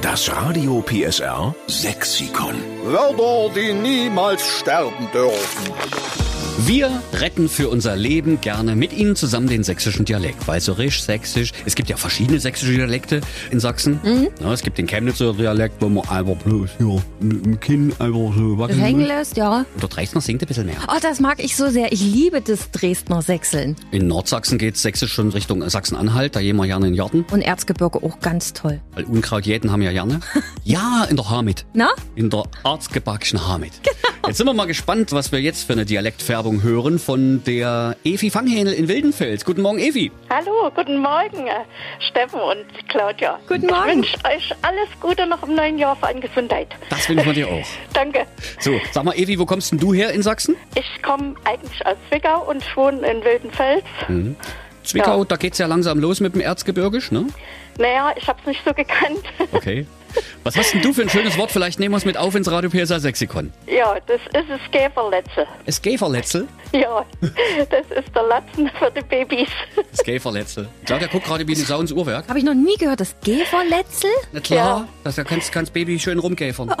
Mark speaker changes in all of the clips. Speaker 1: Das Radio PSR Sexikon.
Speaker 2: Wörter, die niemals sterben dürfen.
Speaker 3: Wir retten für unser Leben gerne mit Ihnen zusammen den sächsischen Dialekt. Weißerisch, sächsisch. Es gibt ja verschiedene sächsische Dialekte in Sachsen.
Speaker 4: Mhm.
Speaker 3: Ja, es gibt den Chemnitzer Dialekt, wo man einfach bloß hier mit dem Kinn einfach so
Speaker 4: Das
Speaker 3: wackeln
Speaker 4: hängen
Speaker 3: muss.
Speaker 4: lässt, ja.
Speaker 3: Und der Dresdner singt ein bisschen mehr.
Speaker 4: Oh, das mag ich so sehr. Ich liebe das Dresdner Sechseln.
Speaker 3: In Nordsachsen geht's sächsisch schon Richtung Sachsen-Anhalt. Da gehen wir gerne in den Garten.
Speaker 4: Und Erzgebirge auch ganz toll.
Speaker 3: Weil Unkrautjäten haben ja gerne. Ja, in der Hamid.
Speaker 4: Na? Genau.
Speaker 3: In der arztgebackenen Hamid. Jetzt sind wir mal gespannt, was wir jetzt für eine Dialektfärbung hören von der Evi Fanghähnel in Wildenfels. Guten Morgen, Evi.
Speaker 5: Hallo, guten Morgen, äh, Steffen und Claudia.
Speaker 4: Guten Morgen.
Speaker 5: Ich wünsche euch alles Gute noch im neuen Jahr für eine Gesundheit.
Speaker 3: Das wünschen wir dir auch.
Speaker 5: Danke.
Speaker 3: So, sag mal, Evi, wo kommst denn du her in Sachsen?
Speaker 5: Ich komme eigentlich aus Zwickau und wohne in Wildenfels.
Speaker 4: Hm.
Speaker 3: Zwickau,
Speaker 5: Ja.
Speaker 3: da geht's ja langsam los mit dem Erzgebirgisch, ne?
Speaker 5: Naja, ich habe es nicht so gekannt.
Speaker 3: Okay. Was hast denn du für ein schönes Wort? Vielleicht nehmen wir es mit auf ins Radio PSA Sexikon.
Speaker 5: ja, das ist das Gäferletze.
Speaker 3: Skaverletzel.
Speaker 5: Ja, das ist der Latzen für die Babys.
Speaker 3: Skaverletzel. Claudia guckt gerade wie eine Sau ins Uhrwerk.
Speaker 4: Habe ich noch nie gehört. Das Geverletzel?
Speaker 3: Na klar,
Speaker 5: Ja. Oh.
Speaker 3: das, da kannst, kannst Baby schön rumgäfern.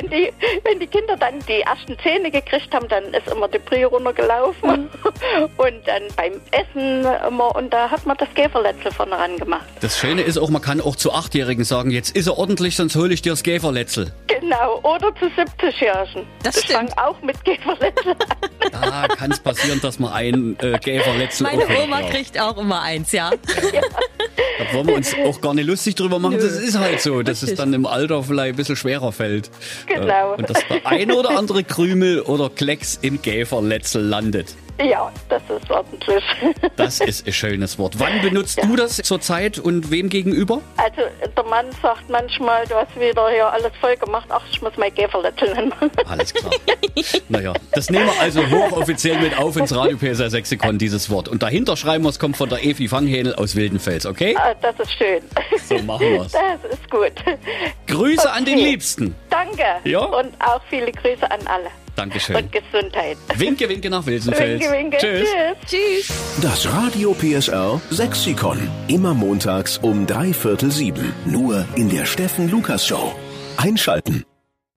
Speaker 5: wenn, die, wenn die Kinder dann die ersten Zähne gekriegt haben, dann ist immer die Brille runtergelaufen.
Speaker 4: Hm.
Speaker 5: und dann beim Essen immer. Und da hat man das Gäferletze vorne ran gemacht.
Speaker 3: Das Schöne ist auch, man kann auch zu Achtjährigen sagen, jetzt ist er ordentlich, sonst hole ich dir Skaverletzel.
Speaker 5: Genau, oder zu 70-Jährigen.
Speaker 4: Das
Speaker 5: ich fang
Speaker 4: stimmt.
Speaker 5: auch mit Gäferletze an.
Speaker 3: Da kann es passieren, dass man einen äh, Skaverletzel auch hat, ja.
Speaker 4: kriegt auch immer eins, ja.
Speaker 3: Da wollen wir uns auch gar nicht lustig drüber machen. Das ist halt so, dass es
Speaker 4: Richtig.
Speaker 3: dann im Alter vielleicht ein bisschen schwerer fällt.
Speaker 5: Genau.
Speaker 3: Äh, Und dass der ein oder andere Krümel oder Klecks im Gäferletzel landet.
Speaker 5: Ja, das ist ordentlich.
Speaker 3: Das ist ein schönes Wort. Wann benutzt du das zurzeit und wem gegenüber?
Speaker 5: Also der Mann sagt manchmal, du hast wieder hier alles voll gemacht. Ach, ich muss mein Gäferletze nehmen.
Speaker 3: Alles klar. naja, das nehmen wir also hochoffiziell mit auf ins Radio PSR Sexikon, dieses Wort. Und dahinter schreiben wir, es kommt von der Evi Fanghähnel aus Wildenfels, okay?
Speaker 5: Ah, das ist schön.
Speaker 3: So machen wir's.
Speaker 5: Das ist gut.
Speaker 3: Grüße an den
Speaker 5: Okay.
Speaker 3: Liebsten.
Speaker 5: Danke.
Speaker 3: Ja.
Speaker 5: Und auch viele Grüße an alle.
Speaker 3: Dankeschön.
Speaker 5: Und Gesundheit.
Speaker 3: Winke, winke nach Wildenfels.
Speaker 5: Winke, winke.
Speaker 3: Tschüss.
Speaker 5: Tschüss.
Speaker 4: Tschüss.
Speaker 1: Das Radio PSR Sexikon. Immer montags um drei Viertel sieben. Nur in der Steffen Lukas Show. Einschalten.